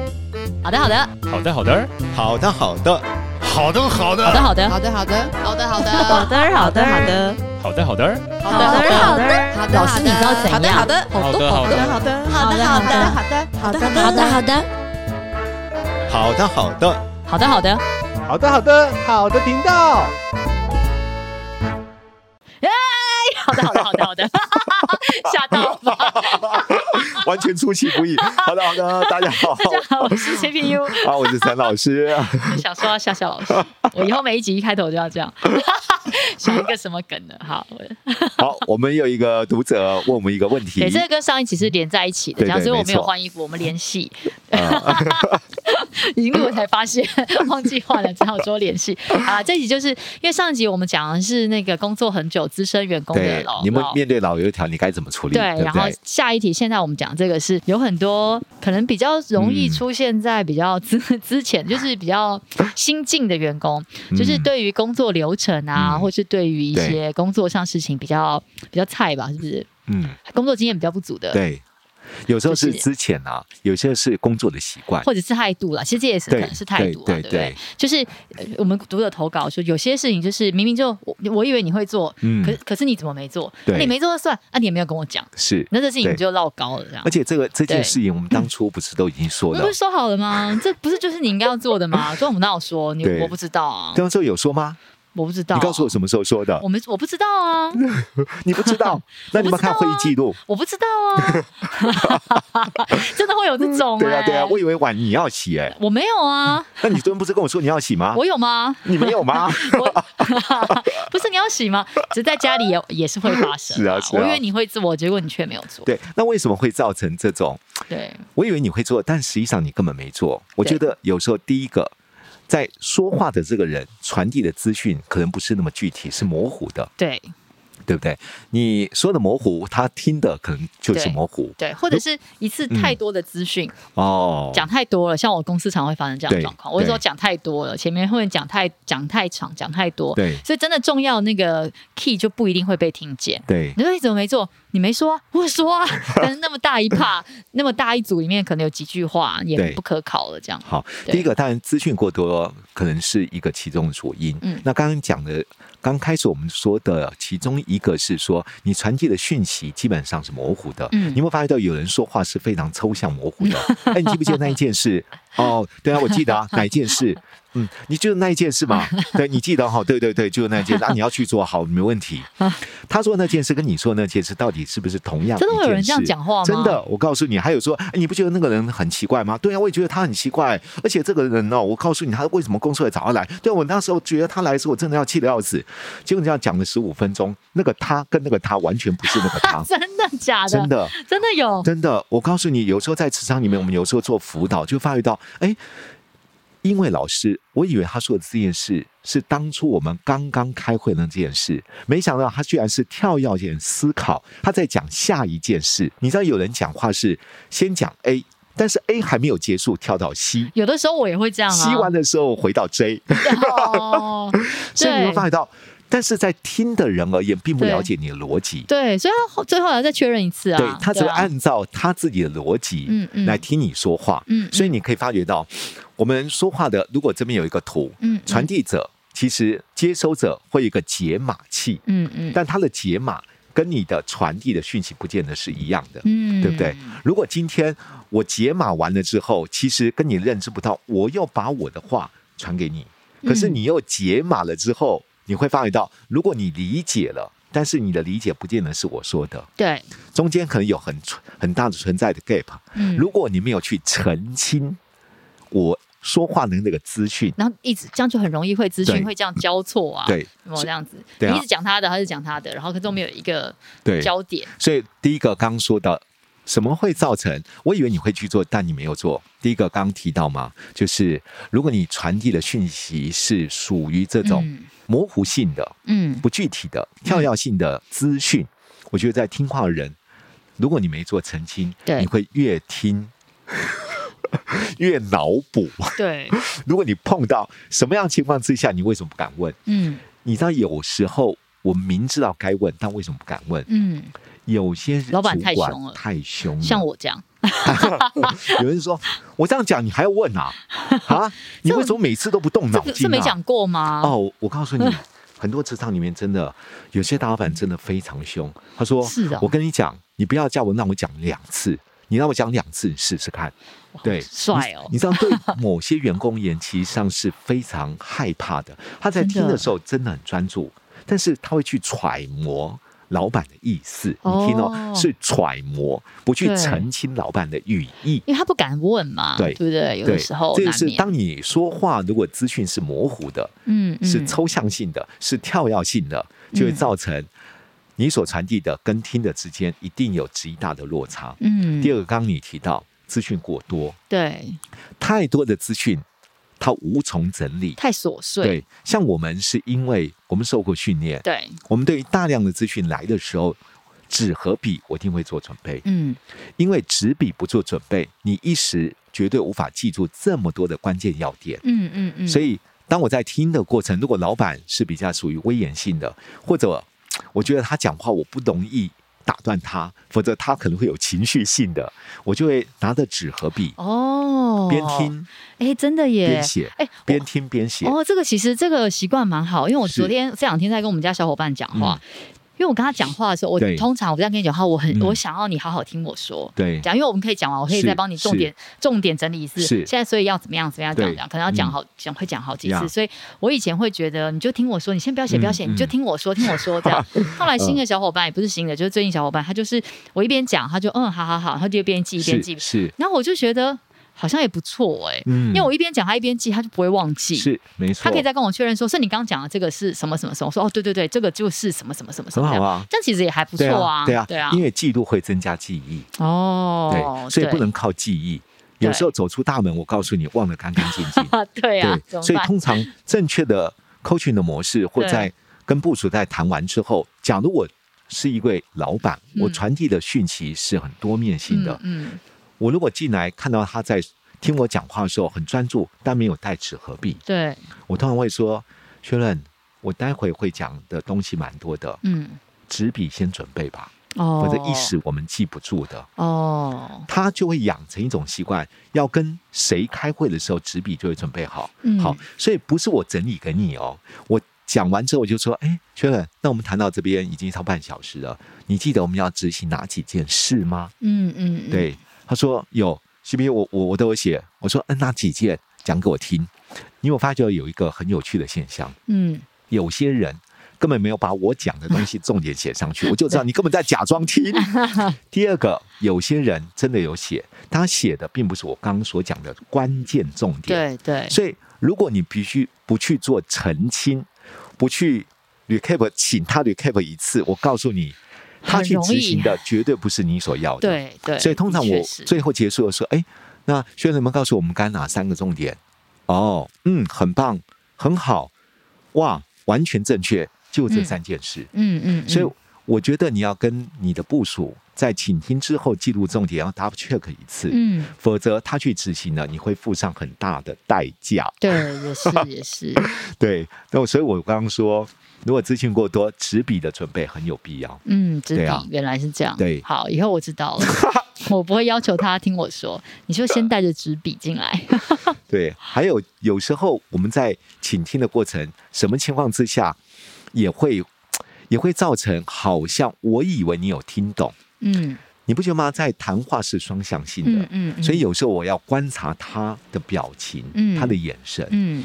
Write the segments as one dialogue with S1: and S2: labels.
S1: 好的，好的，好的，
S2: 好的，好的，好的，好的，好的，
S3: 好的，好的，好的，好的，好的，好的，
S4: 好的，好的，
S5: 好的，好的，好的，好的，好的，好的，
S2: 老师你知道怎样？
S5: 好
S2: 好
S5: 的，
S2: 的，
S3: 好
S2: 好
S3: 的
S2: 的，
S5: 好的，
S2: 好的
S5: 好
S2: 好
S5: 的，
S2: 的
S5: 好的，好的，
S2: 好的，好的，
S4: 好
S2: 好
S4: 的，好的，
S2: 的，好的，
S6: 好的，好的，好的频道。
S2: 好的，好的，好的，好的，吓到吧？
S4: 完全出其不意。好的，好的，大家好，
S2: 大家好，我是 CPU，
S4: 啊，我是陈老师。
S2: 想说要吓吓老师，我以后每一集一开头就要这样，想一个什么梗呢？好，我
S4: 好，我们有一个读者问我们一个问题
S2: 对，，这个跟上一集是连在一起的，
S4: 对
S2: 这样，
S4: 对
S2: 所以我
S4: 没
S2: 没有
S4: 错
S2: 换衣服，我们联系，
S4: 啊
S2: 已经录了才发现忘记换了，只好说联系啊。这一集就是因为上一集我们讲的是那个工作很久资深员工的
S4: 对
S2: 老，
S4: 你们
S2: 老
S4: 面对老油条，你该怎么处理？
S2: 对，
S4: 对
S2: 然
S4: 不
S2: 后
S4: 对？
S2: 下一题，现在我们讲这个是有很多可能比较容易
S4: 嗯
S2: 出现在比较之之前，就是比较新进的员工， 就是
S4: 嗯
S2: 对于工作流程啊，
S4: 嗯
S2: 或是对于一
S4: 对
S2: 些工作上事情比较比较菜吧，是不是？
S4: 嗯，
S2: 工作经验比较不足的，
S4: 对，有时候是
S2: 呃就是
S4: 之前啊，有些是工作的习惯。
S2: 或者是态度啦，其实这也是可
S4: 对
S2: 能是态度啦，
S4: 对
S2: 不
S4: 对
S2: 对？就是呃我们读者投稿说，有些事情就是明明就我我以为你会做，
S4: 嗯
S2: 可可是你怎么没做？
S4: 对
S2: 那你没做就算，啊，你也没有跟我讲，
S4: 是，
S2: 那这事情
S4: 对
S2: 就落高了这样
S4: 而。且这个这件
S2: 对
S4: 事情，我们当初不是都已经说
S2: 我
S4: 了
S2: 们不？是说好了吗？这不是就是你应该要做的 吗？所以我们哪有说你？
S4: 对
S2: 我不知道啊，
S4: 当初有说吗？
S2: 我不知道、啊
S4: 你告诉我，什么时候说的？
S2: 我们我不知道啊，
S4: 你 不知道？那你们看会议记录。
S2: 我不知道啊， 真的会有这种、欸
S4: 对啊，对啊，我以为晚你要洗哎、
S2: 我没有啊，
S4: 那你昨天不是跟我说你要洗吗？
S2: 我有吗？
S4: 你没有吗？
S2: 我 不是你要洗吗？只是在家里也也是会发生、
S4: 是啊是啊
S2: 我以为你会做，结果你却没有做。
S4: 对，那为什么会造成这种？
S2: 对
S4: 我以为你会做，但实际上你根本没做。我觉得有时候第一个，在说话的这个人传递的资讯可能不是那么具体，是模糊的，
S2: 对
S4: 对不对？你说的模糊，他听的可能就是
S2: 对
S4: 模糊
S2: 对，或者是一次太多的资讯、
S4: 哦。
S2: 讲太多了，像我公司常会发生这样的
S4: 对
S2: 状况。我是说
S4: 对
S2: 讲太多了，前面会讲太讲太长，讲太多，
S4: 对
S2: 所以真的重要那个 key 就不一定会被听见。
S4: 对
S2: 你说你怎么没做？你没说、啊，我说 啊。但是那么大一趴，那么大一组里面，可能有几句话也
S4: 对
S2: 不可考了，这样。
S4: 好，
S2: 对
S4: 第一个当然资讯过多可能是一个其中的主因。
S2: 嗯
S4: 那刚刚讲的，刚开始我们说的其中一个是说，你传递的讯息基本上是模糊的。
S2: 嗯
S4: 你有没有发现到有人说话是非常抽象模糊 的？哎，你记不记得那一件事？哦，对啊，我记得啊，哪一件 事？嗯，你就是那一件事嘛？对，你记得哈、对对对，就是那一件事啊，你要去做好，没问题。他说那件事跟你说那件事到底是不是同样一
S2: 真
S4: 件事？
S2: 的会有人这样讲话吗
S4: 真的，我告诉你，还有说，哎你不觉得那个人很奇怪吗？对啊，我也觉得他很奇怪，而且这个人哦，我告诉你，他为什么公司会找他来？对啊、我那时候觉得他来的时候，我真的要气得要死。结果你这样讲了十五分钟，那个他跟那个他完全不是那个
S2: 。
S4: 他
S2: 真的假的？
S4: 啊真的，
S2: 真的有。
S4: 真的，我告诉你，有时候在职场里面，我们有时候做辅导，就发觉到，哎，因为老师，我以为他说的这件事是当初我们刚刚开会的那件事，没想到他居然是跳跃性思考，他在讲下一件事。你知道，有人讲话是先讲 A，但是 A 还没有结束，跳到 C。
S2: 有的时候我也会这样啊。
S4: C 完的时候回到 J，
S2: 哦，
S4: 所以你会
S2: 对
S4: 发觉到，但是在听的人而言，并不了解你的逻辑。
S2: 对，所以他后最后还要再确认一次啊。
S4: 对他只会
S2: 啊
S4: 按照他自己的逻辑
S2: 嗯嗯
S4: 来听你说话，
S2: 嗯嗯
S4: 所以你可以发觉到，我们说话的如果这边有一个图，
S2: 嗯嗯
S4: 传递者其实接收者会有一个解码器，
S2: 嗯嗯
S4: 但它的解码跟你的传递的讯息不见得是一样的，
S2: 嗯，
S4: 对不对？如果今天我解码完了之后，其实跟你认知不到，我又把我的话传给你，可是
S2: 嗯
S4: 你又解码了之后，你会发觉到，如果你理解了，但是你的理解不见得是我说的。
S2: 对，
S4: 中间可能有很存很大的存在的 gap。
S2: 嗯
S4: 如果你没有去澄清我说话的那个资讯，
S2: 然后一直这样就很容易会资讯
S4: 对
S2: 会这样交错啊，
S4: 对
S2: 有没有这样子？
S4: 对啊
S2: 你一直讲他的，他是讲他的，然后可是都没有一个
S4: 对
S2: 焦点。
S4: 所以第一个刚说的。什么会造成？我以为你会去做，但你没有做。第一个刚提到嘛，就是如果你传递的讯息是属于这种
S2: 嗯
S4: 模糊性的、
S2: 嗯，
S4: 不具体的、跳跃性的资讯，我觉得在听话的人，如果你没做澄清，
S2: 对
S4: 你会越听 越脑补。
S2: 对，
S4: 如果你碰到什么样的情况之下，你为什么不敢问？
S2: 嗯
S4: 你知道有时候我们明知道该问，但为什么不敢问？
S2: 嗯，
S4: 有些
S2: 老板
S4: 主
S2: 太
S4: 管
S2: 凶了
S4: 太凶了，
S2: 像我这样，
S4: 有人说我这样讲你还要问啊？ 啊，你为什么每次都不动脑
S2: 这
S4: 筋
S2: 这没
S4: 啊？
S2: 讲嗯过吗？
S4: 哦，我我告诉你，很多职场里面真的有些大老板真的非常凶。他说：“
S2: 是的
S4: 我跟你讲，你不要叫我让我讲两次，你让我讲两次你试试看。”
S2: 哇
S4: 对，
S2: 帅哦
S4: 你你知道，对某些员工而言，其实上是非常害怕的。他在
S2: 真的
S4: 听的时候真的很专注，但是他会去揣摩。老板的意思，你听哦，
S2: 哦
S4: 是揣摩，不去
S2: 对
S4: 澄清老板的语义。
S2: 因为他不敢问嘛，
S4: 对
S2: 不对？有
S4: 对，
S2: 的时候
S4: 这个
S2: 难
S4: 是
S2: 免，
S4: 当你说话，如果资讯是模糊的，
S2: 嗯
S4: 是
S2: 嗯，
S4: 抽象性的，是跳跃性的，就会
S2: 嗯
S4: 造成你所传递的跟听的之间一定有极大的落差。
S2: 嗯，
S4: 第二个，刚刚你提到资讯过多，
S2: 对，
S4: 太多的资讯，它无从整理。
S2: 太琐碎，
S4: 对，像我们是因为我们受过训练，
S2: 对，
S4: 我们对于大量的资讯来的时候，纸和笔我一定会做准备，
S2: 嗯，
S4: 因为纸笔不做准备，你一时绝对无法记住这么多的关键要点。
S2: 嗯嗯嗯，
S4: 所
S2: 以
S4: 以当我在听的过程，如果老板是比较属于威严性的，或者我觉得他讲话我不容易打断他，否则他可能会有情绪性的，我就会拿着纸和笔
S2: 哦，
S4: 边，听
S2: 哎，真的耶，
S4: 边写，
S2: 哎，我
S4: 边听边写。
S2: 哦，这个其实这个习惯蛮好，因为我
S4: 是嗯
S2: 昨天这两天在跟我们家小伙伴讲话，因为我跟他讲话的时候，我
S4: 对
S2: 通常我在跟你讲话，我很、
S4: 嗯
S2: 我想要你好好听我说。
S4: 对
S2: 讲，因为我们可以讲完，我可以
S4: 是
S2: 再帮你重点重点整理一次。
S4: 是
S2: 现在所以要怎么样怎么样
S4: 对
S2: 讲讲，可能要讲
S4: 嗯
S2: 好讲会讲好几次。
S4: 呀
S2: 所以我以前会觉得，你就听我说，你先不要写
S4: 嗯
S2: 不要写，你就
S4: 嗯
S2: 听我说听我说这 样。后来新的小伙伴也不是新的，就是最近小伙伴，他就是我一边讲，他就嗯好好好，他就一边记一边
S4: 是
S2: 记，
S4: 是，
S2: 然后我就觉得好像也不错哎、
S4: 嗯
S2: 因为我一边讲他一边记，他就不会忘记。
S4: 是没错，
S2: 他可以再跟我确认说，是你刚刚讲的这个是什么什么什么？我说哦，对对对，这个就是什么什么什么什
S4: 很
S2: 么。
S4: 好啊。
S2: 这样其实也还不错
S4: 对啊，
S2: 对
S4: 对
S2: 啊
S4: 啊，，
S2: 对啊
S4: 因为记录会增加记忆，
S2: 哦
S4: 对，，所以不
S2: 对
S4: 能靠记忆。有时候走出大门，我告诉你，忘得干干净净。
S2: 啊， 对啊，怎
S4: 对，
S2: 么
S4: 所以
S2: 办？
S4: 通常正确的 coaching 的模式，或
S2: 对
S4: 在跟部署在谈完之后，假如我是一位老板，
S2: 嗯
S4: 我传递的讯息是很多面性的。
S2: 嗯，嗯，
S4: 我如果进来看到他在听我讲话的时候很专注，但没有带纸和笔，
S2: 对，
S4: 我通常会说：“薛任，我待会会讲的东西蛮多的，
S2: 嗯，
S4: 纸笔先准备吧，
S2: 哦，
S4: 否则一时我们记不住的。
S2: 哦，
S4: 他就会养成一种习惯，要跟谁开会的时候，纸笔就会准备好。
S2: 嗯
S4: 好，所以不是我整理给你哦，我讲完之后我就说，哎，薛冷，那我们谈到这边已经超半小时了，你记得我们要执行哪几件事吗？
S2: 嗯嗯，嗯，
S4: 对，他说有，徐斌，我我我都有写。我说，嗯，那几件讲给我听。因为我发觉有一个很有趣的现象，
S2: 嗯，
S4: 有些人根本没有把我讲的东西重点写 上去，我就知道你根本在假装听。第二个，有些人真的有写，他写的并不是我刚刚所讲的关键重点。
S2: 对对，
S4: 所以，如果你必须不去做澄清，不去 recap，请他 recap 一次，我告诉你，他
S2: 很
S4: 去
S2: 容易
S4: 执行的绝对不是你所要的。
S2: 对对，
S4: 所以通常我
S2: 确实
S4: 最后结束的时候，哎，那学生们告诉我们该哪三个重点？哦，嗯，很棒，很好，哇，完全正确，就这
S2: 嗯
S4: 三件事。
S2: 嗯嗯，嗯
S4: 所以我觉得你要跟你的部署在倾听之后记录重点，要 double check 一次，
S2: 嗯。
S4: 否则他去执行呢，你会付上很大的代价。
S2: 对，也是也是，
S4: 对，那我所以我刚刚说，如果资讯过多，纸笔的准备很有必要。
S2: 嗯，知
S4: 对
S2: 道、
S4: 啊
S2: 原来是这样。
S4: 对
S2: 好，以后我知道了， 我不会要求他听我说，你就先
S4: 啊
S2: 带着纸笔进来。
S4: 对，还有有时候我们在倾听的过程，什么情况之下也会也会造成好像我以为你有听懂，
S2: 嗯
S4: 你不觉得吗？在谈话是双向性
S2: 嗯
S4: 的，
S2: 嗯，嗯
S4: 啊所以有时候我要观察他的表情，
S2: 嗯
S4: 他的眼神。
S2: 嗯，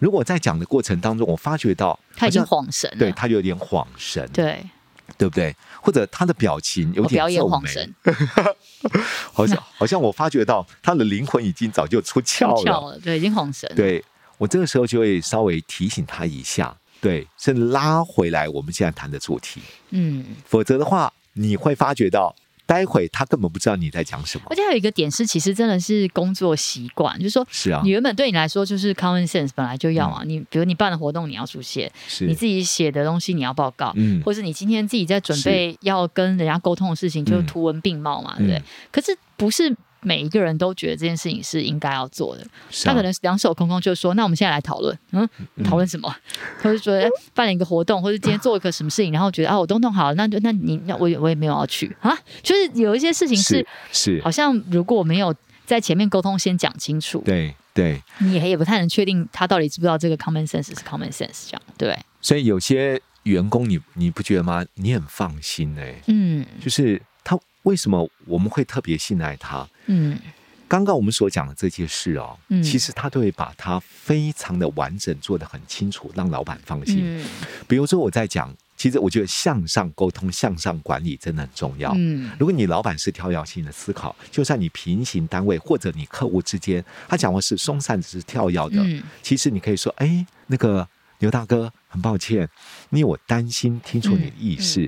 S4: 如果在讲的过程当中，我发觉到
S2: 他已经
S4: 好像
S2: 晃神了。
S4: 对他有点晃神，
S2: 对，
S4: 对不对？或者他的表情有
S2: 我
S4: 点
S2: 表演
S4: 皱
S2: 晃
S4: 眉
S2: 神，
S4: 好像好像我发觉到他的灵魂已经早就出窍
S2: 跳
S4: 了
S2: 跳。了，对，已经晃神了。
S4: 对我这个时候就会稍微提醒他一下，对，甚至拉回来我们现在谈的主题，
S2: 嗯，
S4: 否则的话，你会发觉到，待会他根本不知道你在讲什么
S2: 而。且还有一个点是，其实真的是工作习惯，就是说。
S4: 是啊嗯
S2: 你，原本对你来说就是 common sense，本来就要啊。你比如你办的活动你要出现，
S4: 是
S2: 你自己写的东西你要报告，
S4: 嗯
S2: 或是你今天自己在准备要跟人家沟通的事情，就是图文并茂嘛，对不对
S4: 嗯？
S2: 可是不是每一个人都觉得这件事情是应该要做的。
S4: 是
S2: 他
S4: 啊
S2: 可能两手空空就说：“那我们现在来讨论，嗯，讨论什 么？”或者觉得哎办了一个活动，或者今天做一个什么事情，然后觉得啊，我都弄好了，那就那你那我也我也没有要去啊。就是有一些事情是
S4: 是是
S2: 好，像如果没有在前面沟通先讲清楚，
S4: 对对。
S2: 你也也不太能确定他到底知不知道这个 common sense 是 common sense 这样，对，
S4: 所以有些员工你，你不觉得吗？你很放心哎、
S2: 嗯
S4: 就是他为什么我们会特别信赖他？
S2: 嗯
S4: 刚刚我们所讲的这些事哦，
S2: 嗯
S4: 其实他都会把它非常的完整做得很清楚，让老板放心。
S2: 嗯
S4: 比如说我在讲，其实我觉得向上沟通、向上管理真的很重要。
S2: 嗯
S4: 如果你老板是跳跃性的思考，就算你平行单位或者你客户之间，他讲话是松散只是跳跃的，
S2: 嗯
S4: 其实你可以说，哎，那个刘大哥，很抱歉，因为我担心听错你的意思，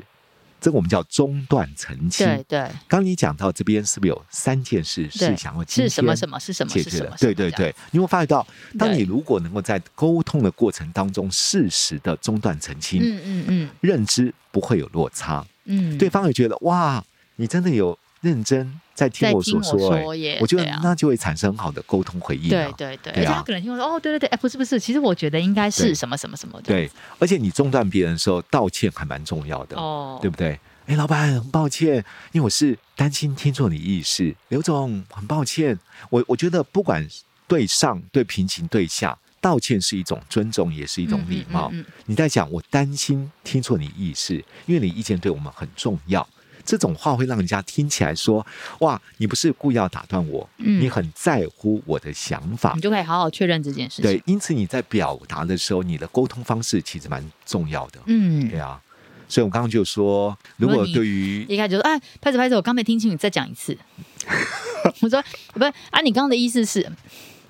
S4: 这个我们叫中断澄清。
S2: 嗯对对，
S4: 刚你讲到这边，是不是有三件事是
S2: 对
S4: 想要今
S2: 是
S4: 天
S2: 什么什么是什么
S4: 解
S2: 是什
S4: 决
S2: 么
S4: 的？？
S2: 是什
S4: 对
S2: 么
S4: 对，
S2: 这样
S4: 对，你会发觉到，当
S2: 对
S4: 你如果能够在沟通的过程当中适时的中断澄清，
S2: 嗯嗯嗯
S4: 认知不会有落差，
S2: 嗯，
S4: 对，方会觉得哇，你真的有认真在听
S2: 在
S4: 我
S2: 听
S4: 所说、
S2: 我
S4: 哎
S2: 说耶
S4: 我觉得
S2: 对啊
S4: 那就会产生很好的沟通回应、啊。
S2: 对对对，而
S4: 对
S2: 且
S4: 啊
S2: 他可能听我说哦，对对对，哎，不是不是，其实我觉得应该是
S4: 对
S2: 什么什么什么的，
S4: 对，而且你中断别人的时候，道歉还蛮重要的，
S2: 哦，
S4: 对不对？哎，老板，很抱歉，因为我是担心听错你意思。刘总，很抱歉，我我觉得不管对上、对平行、对下，道歉是一种尊重，也是一
S2: 一
S4: 种礼貌。
S2: 嗯嗯
S4: 你在讲我担心听错你意思，因为你意见对我们很重要。这种话会让人家听起来说：“哇，你不是故意要打断我，
S2: 嗯
S4: 你很在乎我的想法。
S2: 你就可以好好确认这件事情。
S4: 啊对，，因此你在表达的时候，你的沟通方式其实蛮重要的。
S2: 嗯
S4: 对，啊，所以我刚刚就说，如
S2: 如
S4: 果
S2: 果你
S4: 对于
S2: 一开始就说哎，拍着拍着，我刚没听清，你再讲一次。 我说不是啊，你刚刚的意思是，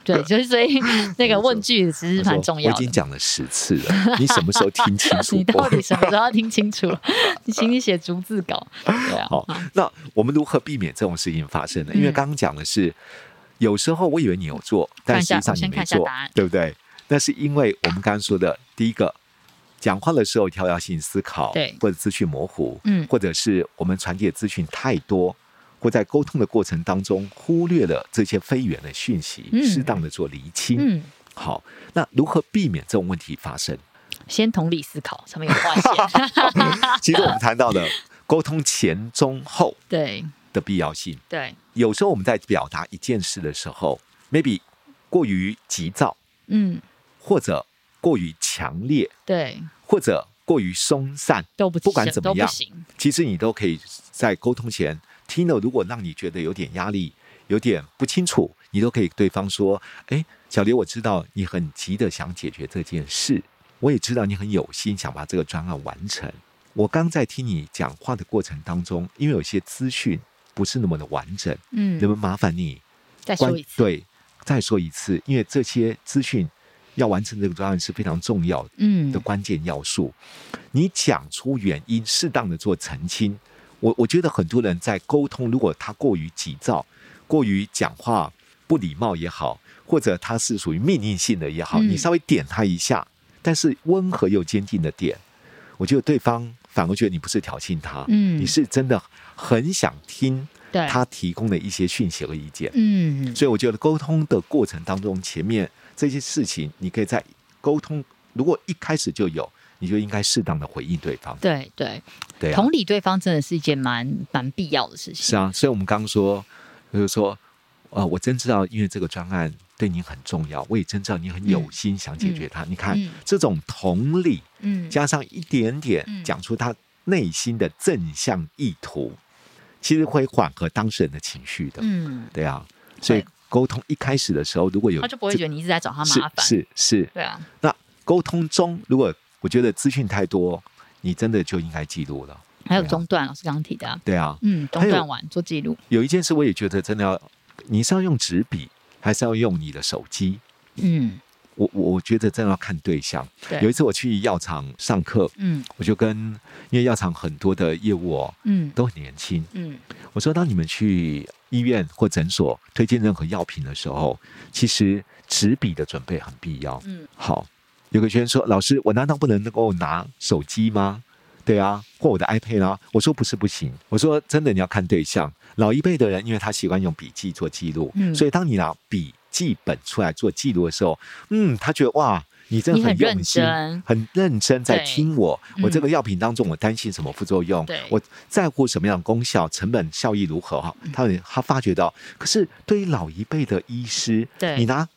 S2: 对， 就是所以那个问句其实
S4: 他说
S2: 蛮重要
S4: 我已经
S2: 的。
S4: 讲了十次了，你什么时候听清 楚
S2: 你到
S4: 过？
S2: 底什么时候要听清楚？你请你写逐字稿。对啊，
S4: 好，那我们如何避免这种事情发生呢？因为
S2: 嗯
S4: 刚刚讲的是，有时候我以为你有做，但
S2: 看一
S4: 实
S2: 下
S4: 际上
S2: 我
S4: 你
S2: 先看
S4: 没
S2: 一下
S4: 做
S2: 答案，
S4: 对不对？那是因为我们刚刚说的，第一个，讲话的时候跳跃性思考，
S2: 对
S4: 或者资讯模糊，
S2: 嗯
S4: 或者是我们传递的资讯太多。或在沟通的过程当中忽略了这些非原的讯息，
S2: 嗯
S4: 适当的做厘清。
S2: 嗯，
S4: 好，那如何避免这种问题发生？
S2: 先同理思考，上面有划 线。
S4: 其实我们谈到了沟通前、中、后
S2: 对
S4: 的必要性。
S2: 对，
S4: 有时候我们在表达一件事的时候，maybe 过于急躁，
S2: 嗯
S4: 或者过于强烈，
S2: 对，
S4: 或者过于松散，
S2: 都不
S4: 不管怎么
S2: 都不
S4: 样
S2: 行。
S4: 其实你都可以在沟通前，Tino 如果让你觉得有点压力、有点不清楚，你都可以对方说：“哎，小刘，我知道你很急的想解决这件事，我也知道你很有心想把这个专案完成。我刚在听你讲话的过程当中，因为有些资讯不是那么的完整，
S2: 嗯
S4: 能不，能麻烦你
S2: 再
S4: 关
S2: 说一次。
S4: 对，再说一次，因为这些资讯要完成这个专案是非常重要的。”
S2: 嗯
S4: 的关键要素。你讲出原因，适当的做澄清。我我觉得很多人在沟通，如果他过于急躁，过于讲话不礼貌也好，或者他是属于命令性的也好，
S2: 嗯
S4: 你稍微点他一下，但是温和又坚定的点，我觉得对方反而觉得你不是挑衅他，
S2: 嗯
S4: 你是真的很想听
S2: 对
S4: 他提供的一些讯息和意见。
S2: 嗯
S4: 所以我觉得沟通的过程当中，前面这些事情，你可以在沟通，如果一开始就有，你就应该适当的回应对方。
S2: 对对，
S4: 对啊
S2: 同，理对方真的是一件蛮蛮必要的事情。
S4: 是啊。所以我们刚刚说，就是说，呃，我真知道，因为这个专案对您很重要，我也真知道你很有心想解决它。你看、
S2: 嗯
S4: 这种同理，
S2: 嗯，
S4: 加上一点点
S2: 嗯
S4: 讲出他内心的正向意图，其实会缓和当事人的情绪的。
S2: 嗯，
S4: 对啊，所以
S2: 会
S4: 沟通一开始的时候，如果有
S2: 他就不会
S4: 这
S2: 觉得你一直在找他
S4: 是
S2: 麻烦。
S4: 是是，
S2: 对啊，
S4: 那沟通中，如果我觉得资讯太多，你真的就应该记录了。
S2: 还有
S4: 对啊
S2: 中断，老师刚刚提的啊、
S4: 对啊，
S2: 嗯，
S4: 还
S2: 中
S4: 有
S2: 断完做记录，
S4: 有一件事我也觉得真的要，你是要用纸笔，还是要用你的手机？
S2: 嗯，
S4: 我我我觉得真的要看对象。
S2: 对，
S4: 有一次我去药厂上课，
S2: 嗯
S4: 我就跟因为药厂很多的业务哦
S2: 嗯
S4: 都很年轻，
S2: 嗯
S4: 我说当你们去医院或诊所推荐任何药品的时候，其实纸笔的准备很必要。
S2: 嗯，
S4: 好，有个学员说：“老师，我难道不能够拿手机吗？”对啊，或我的 iPad 啦、我说不是不行，我说真的你要看对象。老一辈的人，因为他习惯用笔记做记录，
S2: 嗯
S4: 所以当你拿笔记本出来做记录的时候，嗯，他觉得哇，你真的
S2: 你很
S4: 很用心，
S2: 认真
S4: 很认真在
S2: 对
S4: 听我。我这
S2: 嗯
S4: 个药品当中，我担心什么副作用
S2: 对？
S4: 我在乎什么样的功效、成本、效益如何？
S2: 嗯
S4: 哈，他他发觉到。可是对于老一辈的医师，
S2: 对
S4: 你拿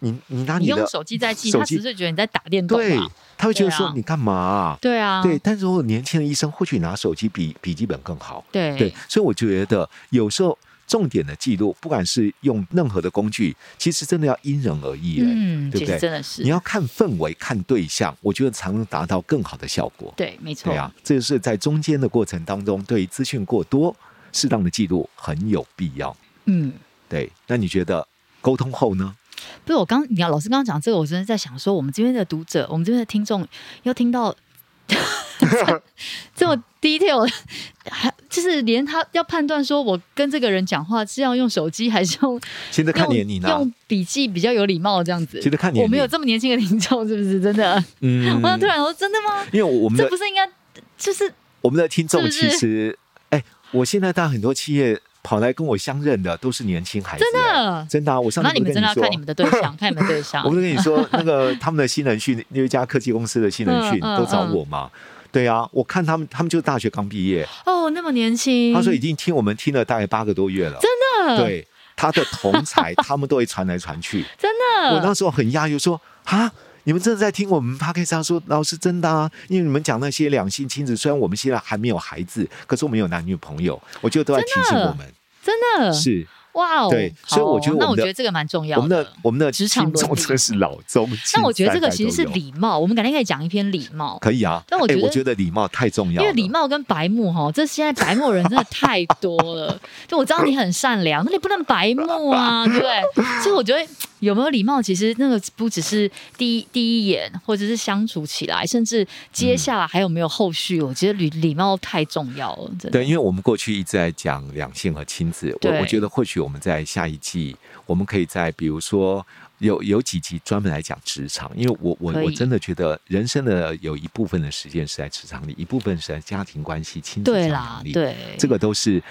S4: 你你拿
S2: 你
S4: 你的
S2: 用手机在记，
S4: 手
S2: 他
S4: 机
S2: 只是觉得你在打电动
S4: 对
S2: 嘛。，
S4: 他会觉得
S2: 对
S4: 说
S2: 啊
S4: 你干嘛啊、
S2: 对啊，
S4: 对，但是如果年轻的医生，或许拿手机比笔记本更好。
S2: 对
S4: 对，所以我觉得有时候重点的记录，不管是用任何的工具，其实真的要因人而异、欸。
S2: 嗯，
S4: 对
S2: 其
S4: 不
S2: 实
S4: 对
S2: 真的是
S4: 你，要看氛围、看对象，我觉得才能达到更好的效果。
S2: 对，没错
S4: 对，啊，这就是在中间的过程当中，对于资讯过多，适当的记录很有必要。
S2: 嗯。
S4: 对，那你觉得沟通后呢？
S2: 不是我刚你要老师刚刚讲这个，我真的在想说，我们这边的读者，我们这边的听众要听到 这么 detail，还就是连他要判断说我跟这个人讲话是要用手机还是用
S4: 现在看年龄
S2: 用
S4: 呢？
S2: 用笔记比较有礼貌这样子。
S4: 其实看年龄
S2: 我们有这么年轻的听众，是不是真的？
S4: 嗯
S2: 我想突然说，真的吗？
S4: 因为我们
S2: 哦这
S4: 的
S2: 不是应该就是
S4: 我们的听众
S2: 是
S4: 其
S2: 不是
S4: 实，哎，我现在到很多企业跑来跟我相认的都是年轻孩子，
S2: 真
S4: 哎
S2: 的？
S4: 真的啊、我上
S2: 那
S4: 次
S2: 你
S4: 不
S2: 们
S4: 是
S2: 真的要
S4: 跟你说
S2: 看你。们的对象，看你们的对啊象
S4: 我。不是跟你 说，那个他们的新人训那一家科技公司的新人训
S2: 嗯嗯
S4: 都找
S2: 嗯
S4: 我嘛？对啊，我看他们，他们就大学刚毕业，
S2: 哦，那么年轻，嗯
S4: 他说已经听我们听了大概八个多月了。
S2: 真的，
S4: 对，他的同才 他们都会传来传去。
S2: 真
S4: 我
S2: 的，
S4: 那时候很讶异，我说啊。你们真的在听我们 p o d c a s 说老师真的啊？因为你们讲那些两性亲子，虽然我们现在还没有孩子，可是我们有男女朋友，我觉得都在提醒我们。
S2: 真的，嗯
S4: 是
S2: 哇哦，
S4: 对所以
S2: 好
S4: 我觉得我
S2: 那
S4: 们
S2: 我
S4: 的
S2: 觉得这个蛮重要
S4: 我们的我们的
S2: 职场
S4: 听众
S2: 伦理
S4: 真是老中青
S2: 但我觉得这个
S4: 三代
S2: 其实是
S4: 都有
S2: 礼貌，我们改天可以讲一篇礼貌，
S4: 可以啊，
S2: 但我
S4: 哎
S2: 觉得
S4: 我觉得礼貌太重要
S2: 因为
S4: 了，
S2: 礼貌跟白目 哈，这现在白目人真的太多了。就我知道你很善良，那你不能白目 啊，对不对？所以我觉得有没有礼貌，其实那个不只是第一第一眼，或者是相处起来，甚至接下来还有没有后续，
S4: 嗯
S2: 我觉得礼礼貌太重要了，真的。
S4: 对，因为我们过去一直在讲两性和亲子，我
S2: 对
S4: 我觉得或许我们在下一季，我们可以在比如说有有几集专门来讲职场，因为我我
S2: 可以
S4: 我真的觉得人生的有一部分的时间是在职场里，一部分是在家庭关系、亲子
S2: 对
S4: 家
S2: 啦
S4: 庭，里，
S2: 对，
S4: 这个都是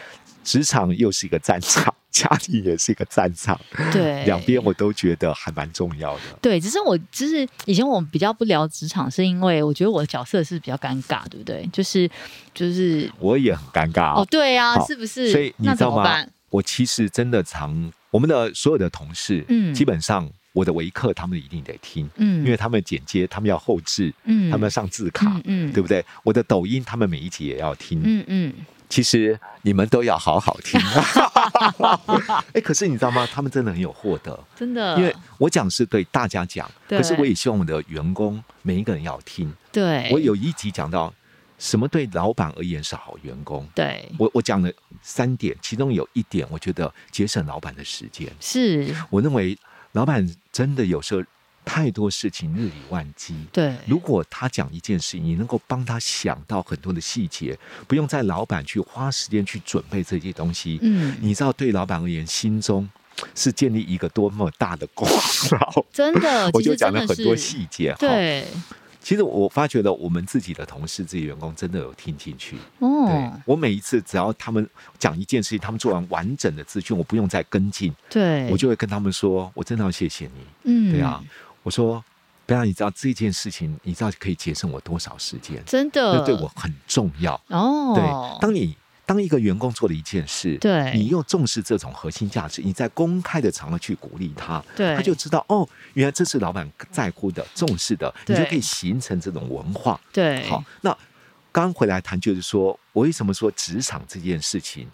S4: 职场又是一个战场， 家庭也是一个战场，
S2: 对
S4: 两边我都觉得还蛮重要的。
S2: 对，只是我就是以前我比较不聊职场，是因为我觉得我的角色是比较尴尬，对不对？就是就是
S4: 我也很尴尬、
S2: 哦，对啊，
S4: 好
S2: 是不是？
S4: 所以你
S2: 那
S4: 知
S2: 怎
S4: 道
S2: 么
S4: 吗
S2: 办？？
S4: 我其实真的常我们的所有的同事，
S2: 嗯
S4: 基本上我的微课他们一定得听，
S2: 嗯，
S4: 因为他们剪接，他们要后置，
S2: 嗯
S4: 他们要上字卡，
S2: 嗯嗯
S4: 对不对？我的抖音他们每一集也要听，
S2: 嗯嗯，
S4: 其实你们都要好好 听。 哎，可是你知道吗？他们真的很有获得。
S2: 真的，
S4: 因为我讲是对大家讲，
S2: 嗯对
S4: 可是我也希望我的员工每一个人要听。
S2: 对，
S4: 我有一集讲到什么对老板而言是好员工，
S2: 对
S4: 我我讲了三点，其中有一点我觉得节省老板的时间。
S2: 是，
S4: 我认为老板真的有时候太多事情日理万机。
S2: 对，
S4: 如果他讲一件事，你能够帮他想到很多的细节，不用在老板去花时间去准备这些东西。
S2: 嗯，
S4: 你知道，对老板而言，心中是建立一个多么大的功劳。
S2: 真的，
S4: 我
S2: 哦其
S4: 就
S2: 实
S4: 讲
S2: 真
S4: 了
S2: 的
S4: 很多
S2: 是，
S4: 细节。哈，
S2: 对，
S4: 其实我发觉了，我们自己的同事、自己员工真的有听进去。对
S2: 哦，
S4: 我每一次只要他们讲一件事情，他们做完完整的资讯，我不用再跟进，
S2: 对，
S4: 我就会跟他们说，我真的要谢谢你。
S2: 嗯，
S4: 对啊，，我说，不要你知道这件事情，你知道可以节省我多少时间，
S2: 真
S4: 那
S2: 的，
S4: 对我很重要。
S2: 哦
S4: 对，，当你当一个员工做了一件事，
S2: 对
S4: 你又重视这种核心价值，你在公开的场合去鼓励他，
S2: 对
S4: 他就知道哦，原来这是老板在乎的、重视的，你
S2: 对
S4: 就可以形成这种文化。
S2: 对，
S4: 好，那刚回来谈就是说，我为什么说职场这件事情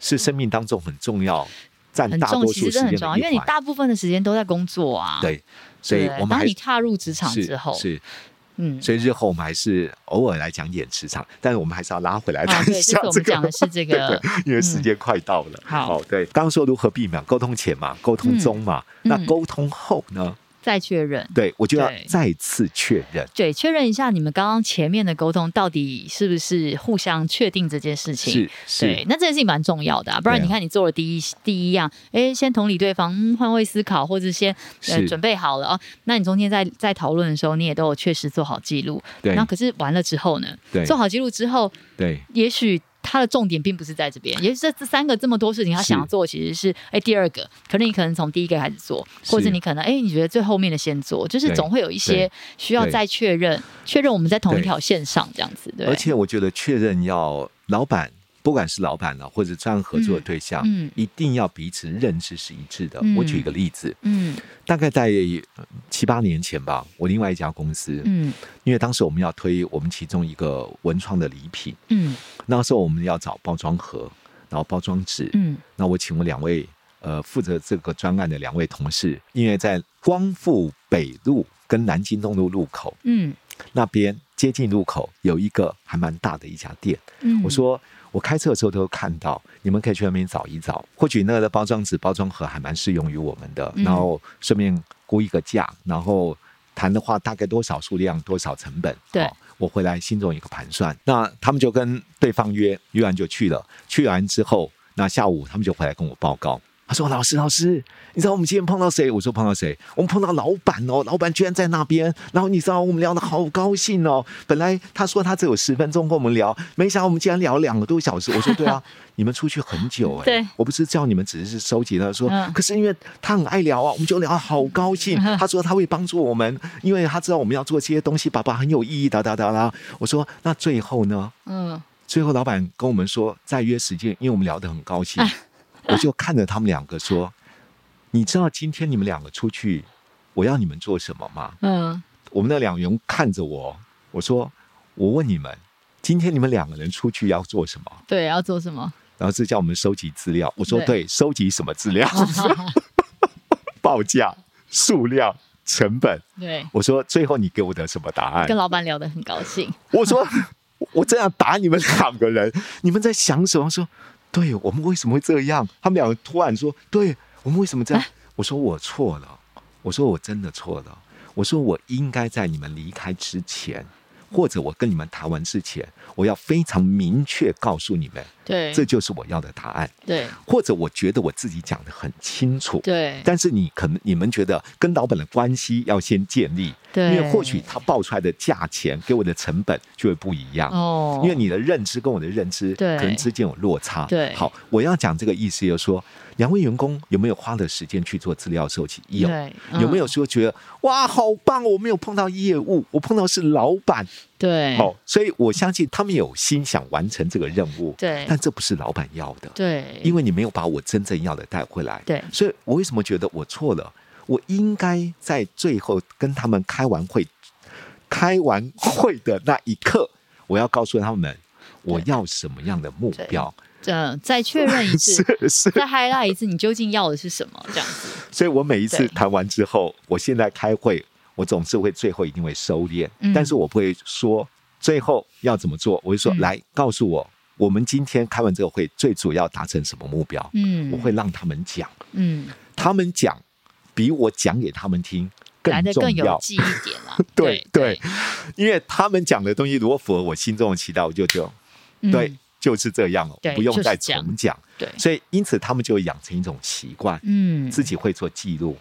S4: 是生命当中很重要，占
S2: 很
S4: 大
S2: 重，
S4: 多
S2: 其
S4: 数
S2: 实
S4: 时
S2: 真的
S4: 间
S2: 很
S4: 的
S2: 重要，因为你
S4: 一环
S2: 大部分的时间都在工作啊，
S4: 对，所以
S2: 对
S4: 我们
S2: 当
S4: 还
S2: 你踏入职场
S4: 是
S2: 之后，
S4: 是，
S2: 嗯，
S4: 所以日后我们还是偶尔来讲一点职场，但是我们还是要拉回来
S2: 啊，
S4: 谈一
S2: 对，这
S4: 下
S2: 次我
S4: 这
S2: 们
S4: 个。
S2: 讲的是这个， 嗯
S4: 对，因为时间快到了。哦
S2: 好
S4: 对，刚刚说如何避免沟通前嘛，沟通中嘛，
S2: 嗯
S4: 那沟通后呢？
S2: 再确认。
S4: 对我就要
S2: 对
S4: 再次确认。
S2: 对，确认一下你们刚刚前面的沟通到底是不是互相确定这件事情。
S4: 是是
S2: 对，，那这件事情蛮重要的啊，不然
S4: 对啊
S2: 你看你做了第一、第一样，哎，先同理对方，嗯，换位思考，或者先呃
S4: 是
S2: 准备好了哦，那你中间在在讨论的时候，你也都有确实做好记录，
S4: 对
S2: 然后可是完了之后呢，
S4: 对
S2: 做好记录之后，
S4: 对
S2: 也许。他的重点并不是在这边，也许这这三个这么多事情，他
S4: 是
S2: 想要做其实是，哎，第二个，可能你可能从第一个开始做，
S4: 是
S2: 或者你可能，哎，你觉得最后面的先做，就是
S4: 对
S2: 总会有一些
S4: 对
S2: 需要
S4: 对
S2: 再确认，确认我们在同一
S4: 对
S2: 条线上这样子，对，
S4: 而且我觉得确认要老板，不管是老板呢、或者专案合作的对象，
S2: 嗯嗯
S4: 一定要彼此认知是一致的。
S2: 嗯
S4: 我举一个例子，
S2: 嗯
S4: 大概在呃七八年前吧，我另外一家公司，
S2: 嗯
S4: 因为当时我们要推我们其中一个文创的礼品，
S2: 嗯
S4: 那时候我们要找包装盒，然后包装纸，
S2: 嗯
S4: 那我请我两位呃负责这个专案的两位同事，因为在光复北路跟南京东路路口
S2: 嗯
S4: 那边接近路口有一个还蛮大的一家店，
S2: 嗯，
S4: 我说。我开车的时候都看到，你们可以去那边找一找。或许那个的包装纸、包装盒还蛮适用于我们的，
S2: 嗯
S4: 然后顺便估一个价，然后谈的话大概多少数量、多少成本。
S2: 对
S4: 哦我回来心中有一个盘算。那他们就跟对方约，约完就去了。去完之后，那下午他们就回来跟我报告。他说：“老师，老师，你知道我们今天碰到谁？”我说：“碰到谁？我们碰到老板哦，老板居然在那边。然后你知道我们聊得好高兴哦。本来他说他只有十分钟跟我们聊，没想到我们竟然聊两个多小时。我说：对啊，你们出去很久哎、
S2: 对
S4: 我不是叫你们只是收集的。说、
S2: 嗯
S4: 可是因为他很爱聊啊，我们就聊得好高兴。他说他会帮助我们，因为他知道我们要做这些东西，爸爸很有意义。哒哒哒哒。我说那最后呢？
S2: 嗯
S4: 最后老板跟我们说再约时间，因为我们聊得很高兴， 我就看着他们两个说：“你知道今天你们两个出去，我要你们做什么吗
S2: 嗯，？”
S4: 我们那两个人看着我，我说：“我问你们，今天你们两个人出去要做什么
S2: 对，要做什么？？”
S4: 然后是叫我们收集资料。我说：“
S2: 对
S4: 对，收集什么资料？报价、数量、成本。”
S2: 对，
S4: 我说：“最后你给我的什么答案？”
S2: 跟老板聊得很高兴。
S4: 我说我这样打你们两个人，你们在想什么？他说对我们为什么会这样？他们两个突然说，对我们为什么这样？我说我错了，我说我真的错了，我说我应该在你们离开之前。或者我跟你们谈完之前，我要非常明确告诉你们，
S2: 对，
S4: 这就是我要的答案。
S2: 对
S4: 或者我觉得我自己讲的很清楚，
S2: 对
S4: 但是你可能你们觉得跟老板的关系要先建立，
S2: 对
S4: 因为或许他报出来的价钱给我的成本就会不一样。
S2: 哦，
S4: 因为你的认知跟我的认知
S2: 对
S4: 可能之间有落差。
S2: 对
S4: 好，我要讲这个意思，就是说，两位员工有没有花了时间去做资料收集？有，
S2: 对
S4: 有没有
S2: 嗯
S4: 说觉得哇，好棒哦！我没有碰到业务，我碰到是老板。
S2: 对
S4: 好，所以我相信他们有心想完成这个任务，
S2: 对
S4: 但这不是老板要的。
S2: 对，
S4: 因
S2: 为
S4: 为你没有把我真正要的带回来。
S2: 对
S4: 所以我为什么觉得我错了？我应该在最后跟他们开完会，开完会的那一刻，我要告诉他们我要什么样的目标。
S2: 嗯，再确认一次，
S4: 是是，
S2: 再 highlight 一次，你究竟要的是什么？这样子，
S4: 所以我每一次
S2: 对
S4: 谈完之后，我现在开会，我总是会最后一定会收敛，
S2: 嗯
S4: 但是我不会说最后要怎么做，我会说、
S2: 嗯
S4: 来告诉我，我们今天开完这个会最主要达成什么目标，
S2: 嗯，
S4: 我会让他们讲。
S2: 嗯，
S4: 他们讲比我讲给他们听
S2: 来
S4: 更
S2: 的
S4: 重
S2: 更有
S4: 要，。
S2: 记忆点啦
S4: 对
S2: 对
S4: 对，因为他们讲的东西如果符合我心中的期待，我就就
S2: 嗯
S4: 对，就是这样了，
S2: 对
S4: 不用再
S2: 就是这样
S4: 重讲。
S2: 对，
S4: 所以因此他们就会养成一种习惯，
S2: 嗯，
S4: 自己会做记录，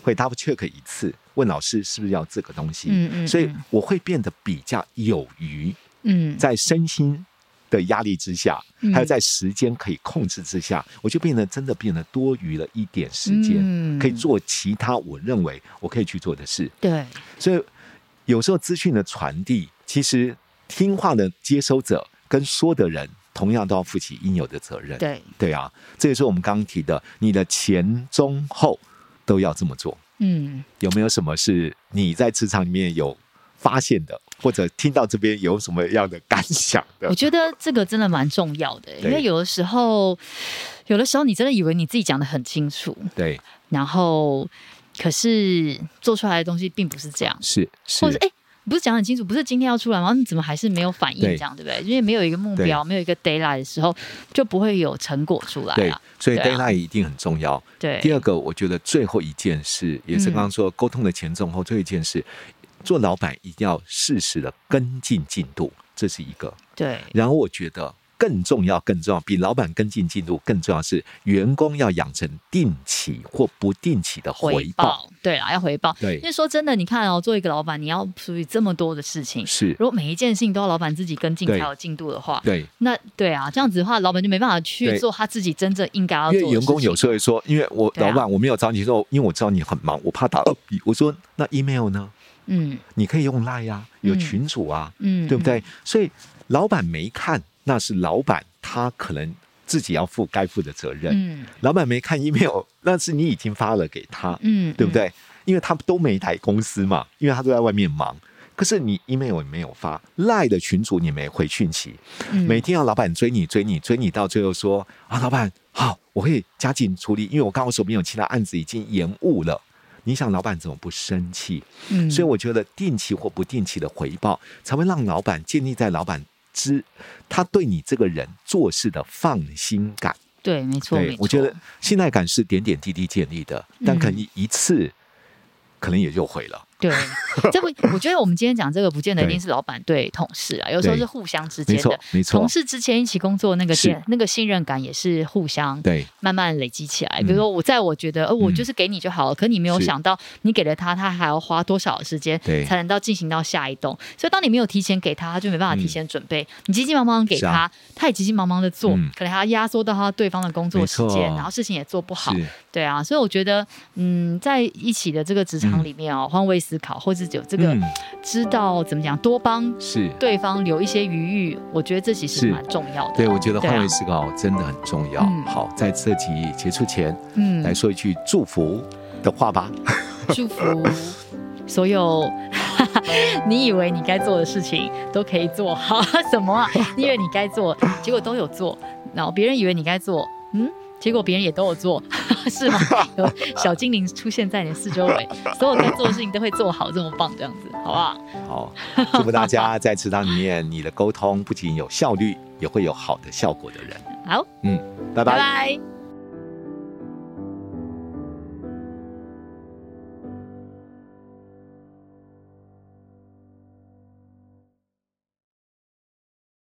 S4: 会 double check 一次，问老师是不是要这个东西。
S2: 嗯嗯，
S4: 所以
S2: 嗯
S4: 我会变得比较有余，
S2: 嗯，
S4: 在身心的压力之下，
S2: 嗯
S4: 还有在时间可以控制之下，我就变得真的变得多余了一点时间，
S2: 嗯
S4: 可以做其他我认为我可以去做的事。
S2: 对
S4: 所以有时候资讯的传递，其实听话的接收者跟说的人，同样都要负起应有的责任。
S2: 对，
S4: 对啊，这也是我们刚刚提的，你的前中后都要这么做。
S2: 嗯。
S4: 有没有什么是你在职场里面有发现的，或者听到这边有什么样的感想的
S2: 我？觉得这个真的蛮重要的，因
S4: 啊对
S2: 为有的时候，有的时候你真的以为你自己讲的很清楚，
S4: 对，
S2: 然后可是做出来的东西并不是这样，
S4: 是是
S2: 或者哎。诶不是讲很清楚，不是今天要出来吗？你怎么还是没有反应？
S4: 对
S2: 这样对不对？因为没有一个目
S4: 对
S2: 标，没有一个 d a y l i g h t 的时候，就不会有成果出来
S4: 对
S2: 啊。，
S4: 所以
S2: 对啊
S4: deadline 一定很重要。
S2: 对，嗯
S4: 第二个，我觉得最后一件事，也是刚刚说沟通的前重后，最后一件事，做老板一定要适时的跟进进度，这是一个。
S2: 对，
S4: 然后我觉得更重要、更重要，比老板跟进进度更重要的是，员工要养成定期或不定期的回
S2: 回
S4: 报。
S2: 报，对啦，要回报。因
S4: 对，
S2: 为说真的，你看哦，做一个老板，你要处理这么多的事情，
S4: 是，
S2: 如果每一件事情都要老板自己跟进才
S4: 对
S2: 有进度的话，
S4: 对。
S2: 那对啊，这样子的话，老板就没办法去
S4: 对
S2: 做他自己真正应该要做
S4: 因
S2: 的
S4: 为员工有
S2: 事
S4: 时候会说，因为我
S2: 对啊
S4: 老板我没有找你说，因为我知道你很忙，我怕打到你。我说那 email 呢？
S2: 情嗯
S4: 你可以用 line 呀、有
S2: 嗯
S4: 群组啊，
S2: 嗯，
S4: 对不对？所以老板没看，那是老板他可能自己要负该负的责任。
S2: 嗯？嗯
S4: 老板没看 email，那是你已经发了给他，
S2: 嗯，
S4: 对不对？因为他们都没来公司嘛，因为他都在外面忙。可是你 email 也没有发，赖的群主你没回讯息，
S2: 嗯？
S4: 每天要老板追你追你追你，到最后说啊，老板好，我会加紧处理，因为我刚好手边有其他案子已经延误了。你想老板怎么不生气？
S2: 嗯，
S4: 所以我觉得定期或不定期的回报，才会让老板建立在老板知他对你这个人做事的放心感。
S2: 对，没错，没
S4: 对
S2: 错，
S4: 我觉得信赖感是点点滴滴建立的，但可能一次、可能也就毁了。
S2: 对，这不，我觉得我们今天讲这个，不见得一
S4: 对
S2: 定是老板对同事啊，有时候
S4: 对
S2: 是互相之
S4: 没
S2: 间
S4: 错
S2: 的。，
S4: 没错
S2: 同，事之前一起工作，那个
S4: 是
S2: 电那个信任感也是互相
S4: 对
S2: 慢慢累积起来。
S4: 嗯
S2: 比如说，我在我觉得，呃，我
S4: 嗯
S2: 就是给你就好了，可你没有
S4: 是
S2: 想到，你给了他，他还要花多少的时间
S4: 对
S2: 才能到进行到下一栋。所以，当你没有提前给他，他就没办法提
S4: 嗯
S2: 前准备。你急急忙忙给
S4: 是啊
S2: 他，他也急急忙忙的做
S4: 嗯，
S2: 可能还要压缩到他对方的工作
S4: 没
S2: 时间，
S4: 错
S2: 然后事情也做不好。
S4: 是
S2: 对啊，所以我觉得，嗯，在一起的这个职场里面哦，换位思考，或是有这个
S4: 嗯
S2: 知道怎么讲，多帮
S4: 是。
S2: 对方留一些余裕，我觉得这其实
S4: 是
S2: 蛮重要的。
S4: 对，我觉得
S2: 对啊
S4: 换位思考真的很重要。
S2: 嗯
S4: 好，在这集结束前，
S2: 嗯
S4: 来说一句祝福的 话吧。
S2: 祝福所有 你以为你该做的事情都可以做好， 什么啊？你以为你该做，结果都有做，然后别人以为你该做，嗯。结果别人也都有做， 是吗？有小精灵出现在你的四周围，所有该做的事情都会做好，这么棒，这样子，好不好？
S4: 好，祝福大家在职场里面，你的沟通不仅有效率，也会有好的效果的人。
S2: 好，
S4: 嗯，拜
S2: 拜
S4: 拜
S2: 拜。